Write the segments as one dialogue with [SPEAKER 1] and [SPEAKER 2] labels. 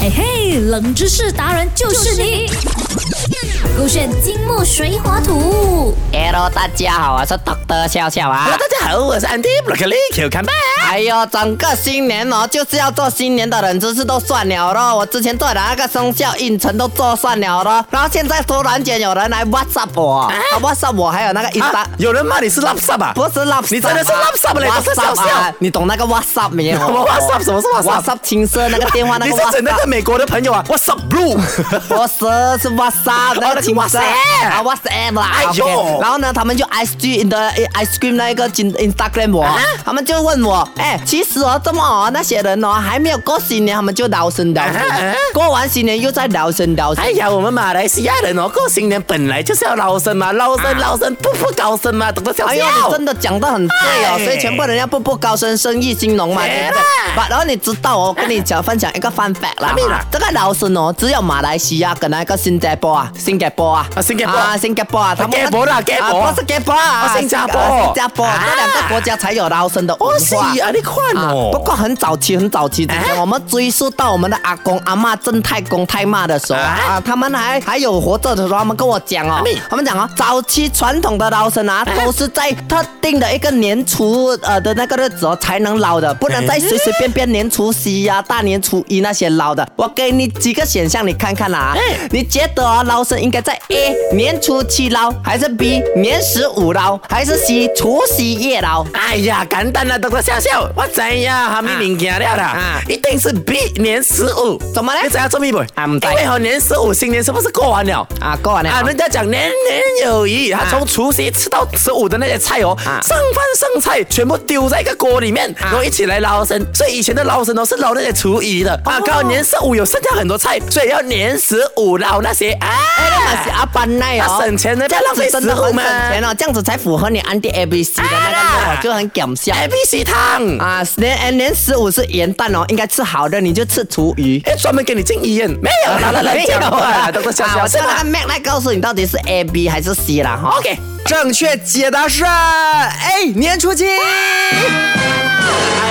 [SPEAKER 1] 嘿哎嘿，冷知识达人就是你。勾选金木水火土。
[SPEAKER 2] Hello，大家好，我是 Doctor 笑笑啊
[SPEAKER 3] Hello，。大家好，我是 Andy Broccoli Q c a m b e
[SPEAKER 2] 哎呦，整个新年哦，就是要做新年的冷知识都算了咯。我之前做的那个生肖运程都做算了咯，然后现在突然间有人来 WhatsApp 我、啊 WhatsApp 我还有那个 i n
[SPEAKER 3] 啊，有人骂你是 l a p s a 吧？
[SPEAKER 2] 不是 WhatsApp，
[SPEAKER 3] 你真的是 Lapsap 嘞不是笑笑
[SPEAKER 2] 啊你懂那个 WhatsApp 没有？
[SPEAKER 3] 什么 WhatsApp？什么是 WhatsApp？
[SPEAKER 2] WhatsApp 青色那个电话那
[SPEAKER 3] 你
[SPEAKER 2] 个
[SPEAKER 3] 是指
[SPEAKER 2] WhatsApp
[SPEAKER 3] 那。个美国的朋友啊？What's up, blue？
[SPEAKER 2] 不是，是 WhatsApp 那
[SPEAKER 3] 那
[SPEAKER 2] 个
[SPEAKER 3] 个
[SPEAKER 2] 情色
[SPEAKER 3] WhatsApp
[SPEAKER 2] 啊 WhatsApp 啦。
[SPEAKER 3] 哎呦
[SPEAKER 2] OK，然后呢，他们就 ice cream 的 ice cream 那一个 in- Instagram 我，
[SPEAKER 3] 啊
[SPEAKER 2] 他们就问我，哎，其实哦，这么哦，那些人哦还没有过新年，他们就聊生聊生
[SPEAKER 3] 啊哈啊哈，
[SPEAKER 2] 过完新年又在聊生聊生
[SPEAKER 3] 哎。呀，我们马来西亚人哦，过新年本来就是要捞生嘛，捞生捞生，步步高升嘛，懂得笑
[SPEAKER 2] 哎呦，
[SPEAKER 3] 笑。
[SPEAKER 2] 你真的讲得很对哦，
[SPEAKER 3] 哎
[SPEAKER 2] 所以全部人要步步高升，生意兴隆嘛，对
[SPEAKER 3] 哎
[SPEAKER 2] 不对？把然后你知道哦，我跟你讲分享一个 fun fact 啦
[SPEAKER 3] 啊咩啦，
[SPEAKER 2] 这个劳生哦，只有马来西亚跟那个新加坡啊，新加坡啊，
[SPEAKER 3] 啊新加坡
[SPEAKER 2] 啊，新加坡啊，他们
[SPEAKER 3] 加坡啦加坡
[SPEAKER 2] 啊不是 g 坡啊，
[SPEAKER 3] 啊新加坡
[SPEAKER 2] 啊新加坡
[SPEAKER 3] 啊
[SPEAKER 2] 这两个国家才有劳生的
[SPEAKER 3] 哦，
[SPEAKER 2] 文
[SPEAKER 3] 是
[SPEAKER 2] 化。
[SPEAKER 3] 啊，你看
[SPEAKER 2] 啊
[SPEAKER 3] 哦。
[SPEAKER 2] 不过很早期，很早期之前，
[SPEAKER 3] 啊
[SPEAKER 2] 我们追溯到我们的阿公阿妈正太公太妈的时候啊
[SPEAKER 3] 啊
[SPEAKER 2] 啊，他们还还有活着的时候，他们跟我讲哦
[SPEAKER 3] 阿妹，
[SPEAKER 2] 他们讲哦，早期传统的捞生啊，都是在特定的一个年初呃的那个日子哦才能捞的，不能再随随便便年除夕呀、大年初一那些捞的。我给你几个选项，你看看啦、啊
[SPEAKER 3] 哎，
[SPEAKER 2] 你觉得哦捞生应该在 A 年初七捞，还是 B 年十五捞，还是 C 除夕夜捞？
[SPEAKER 3] 哎呀，简单啦，懂得笑笑。我知呀，哈密明行了啦，
[SPEAKER 2] 啊
[SPEAKER 3] 一定是 B 年十五。
[SPEAKER 2] 怎么嘞
[SPEAKER 3] 你知道做咩不？
[SPEAKER 2] 啊唔知
[SPEAKER 3] 因为哦，年十五新年是不是过完了？
[SPEAKER 2] 啊，过完了
[SPEAKER 3] 啊，人家讲年年有余，他从除夕吃到十五的那些菜哦，
[SPEAKER 2] 啊
[SPEAKER 3] 剩饭剩菜全部丢在一个锅里面，然后一起来捞生。所以以前的捞生哦是捞那些厨余的，啊，刚好年十五有剩下很多菜，所以要年十五捞那些啊。
[SPEAKER 2] 那是阿班奈哦，
[SPEAKER 3] 啊省钱呢
[SPEAKER 2] 这样
[SPEAKER 3] 不要浪
[SPEAKER 2] 子
[SPEAKER 3] 费
[SPEAKER 2] 真的
[SPEAKER 3] 食物
[SPEAKER 2] 很省
[SPEAKER 3] 嘛
[SPEAKER 2] 钱哦，这样子才符合你 Andy ABC 的那个
[SPEAKER 3] 啊
[SPEAKER 2] 肉，
[SPEAKER 3] 啦
[SPEAKER 2] 我就很搞笑。
[SPEAKER 3] A B C 哎汤。
[SPEAKER 2] 啊，年年十五是元旦哦，应该吃好的，你就吃厨余。
[SPEAKER 3] 哎，专门给你进医院没有 啦？来来讲啊，都是笑
[SPEAKER 2] 啊
[SPEAKER 3] 笑
[SPEAKER 2] 我
[SPEAKER 3] 是
[SPEAKER 2] 叫
[SPEAKER 3] 吧
[SPEAKER 2] 他 Mac 来告诉你到底是 A B 还是 C 啦哈。
[SPEAKER 3] ？OK。
[SPEAKER 4] 正确解答是 A，年初七。
[SPEAKER 3] I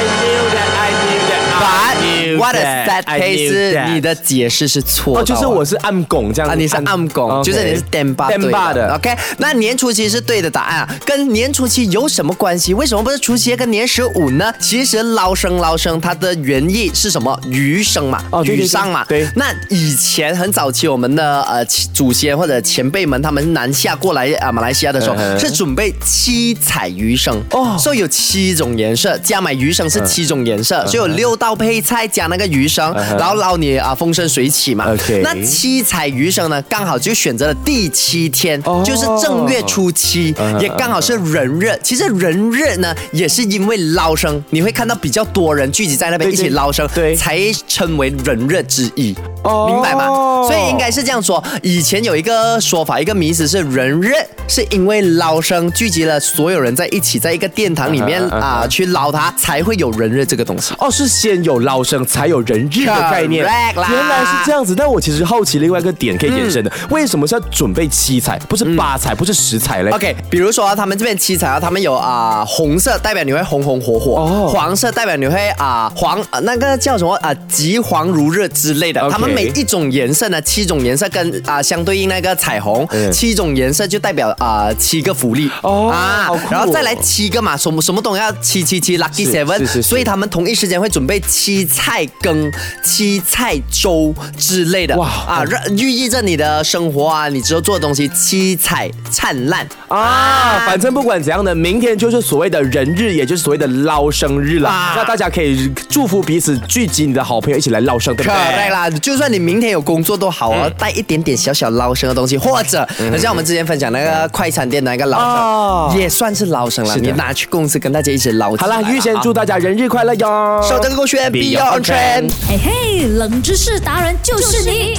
[SPEAKER 3] knew that, I knew that, I knew
[SPEAKER 4] But what a
[SPEAKER 3] that,
[SPEAKER 4] sad
[SPEAKER 3] I
[SPEAKER 4] case！
[SPEAKER 3] knew
[SPEAKER 4] 是
[SPEAKER 3] that
[SPEAKER 4] 你的解释是错的、
[SPEAKER 3] 哦，就是我是暗拱这样
[SPEAKER 4] 啊，
[SPEAKER 3] 子，
[SPEAKER 4] 你是暗拱，就是你是 d e m b a
[SPEAKER 3] 电霸的。
[SPEAKER 4] OK，那年初七是对的答案啊，跟年初七有什么关系？为什么不是除夕夜跟年十五呢？其实捞生捞生，它的原意是什么？鱼生嘛，
[SPEAKER 3] 哦对对
[SPEAKER 4] 鱼
[SPEAKER 3] 对
[SPEAKER 4] 上嘛。
[SPEAKER 3] 对
[SPEAKER 4] 那以前很早期，我们的呃祖先或者前辈们，他们南下过来啊、马来西亚的时候，
[SPEAKER 3] 嗯哼
[SPEAKER 4] 是准备七彩鱼生
[SPEAKER 3] 哦
[SPEAKER 4] 所以有七种颜色，加买鱼生是七种颜色，所以有六道配菜加那个鱼生，
[SPEAKER 3] 嗯哼
[SPEAKER 4] 然后捞你啊、风生水起嘛。
[SPEAKER 3] OK
[SPEAKER 4] 那七彩鱼生呢，刚好就选择了第七天，
[SPEAKER 3] 哦
[SPEAKER 4] 就是正月初七，
[SPEAKER 3] 嗯
[SPEAKER 4] 也刚好是人日。其实人日呢，也是因为捞生，你会看到比较多人聚集在那边
[SPEAKER 3] 对
[SPEAKER 4] 一
[SPEAKER 3] 对
[SPEAKER 4] 起捞生，
[SPEAKER 3] 对
[SPEAKER 4] 才称为人日之一。
[SPEAKER 3] 哦
[SPEAKER 4] 明白吗？所以应该是这样说。以前有一个说法，一个迷思是人日是因为捞生聚集了所有人在一起，在一个殿堂里面
[SPEAKER 3] 嗯哼嗯哼
[SPEAKER 4] 啊去捞它，才会有人日这个东西。
[SPEAKER 3] 哦，是先有捞生才有人日的概念
[SPEAKER 4] Correct 啦
[SPEAKER 3] 原来是这样子。但我其实好奇另外一个点可以延伸的，
[SPEAKER 4] 嗯
[SPEAKER 3] 为什么是要准备七彩，不是八彩，不是十彩嘞
[SPEAKER 4] OK，比如说、啊、他们这边七彩啊，他们有啊、红色代表你会红红火火，
[SPEAKER 3] 哦
[SPEAKER 4] 黄色代表你会啊、黄、呃那个叫什么啊、急黄如热之类的。
[SPEAKER 3] OK
[SPEAKER 4] 他们每一种颜色呢，七种颜色跟啊、相对应那个彩虹，
[SPEAKER 3] 嗯
[SPEAKER 4] 七种颜色就代表啊、七个福利
[SPEAKER 3] 哦好酷哦
[SPEAKER 4] 然后再来七个嘛，什么什么都要七七七 lucky
[SPEAKER 3] 是是
[SPEAKER 4] seven，
[SPEAKER 3] 是是
[SPEAKER 4] 所以他们同一时间会准备七菜羹、七菜粥之类的，
[SPEAKER 3] 哇哦
[SPEAKER 4] 啊，让寓意着你的生活啊，你之后做的东西七彩灿烂。
[SPEAKER 3] 啊，反正不管怎样呢，明天就是所谓的人日，也就是所谓的捞生日了。
[SPEAKER 4] 啊
[SPEAKER 3] 那大家可以祝福彼此，聚集你的好朋友一起来捞生，对不
[SPEAKER 4] 可
[SPEAKER 3] 对？
[SPEAKER 4] 对啦，就算你明天有工作都好
[SPEAKER 3] 嗯
[SPEAKER 4] 哦，带一点点小小捞生的东西，或者很像我们之前分享那个快餐店的那个捞
[SPEAKER 3] 哦
[SPEAKER 4] 生，也算是捞生了。
[SPEAKER 3] 是的
[SPEAKER 4] 你拿去公司跟大家一起捞起
[SPEAKER 3] 好
[SPEAKER 4] 来啦。
[SPEAKER 3] 了，预先
[SPEAKER 4] 啊
[SPEAKER 3] 祝大家人日快乐哟！
[SPEAKER 4] 收这个勾选 Beyond Trend。
[SPEAKER 1] 嘿哎嘿，冷知识达人就是你。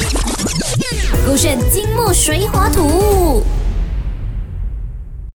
[SPEAKER 1] 勾选金木水火土。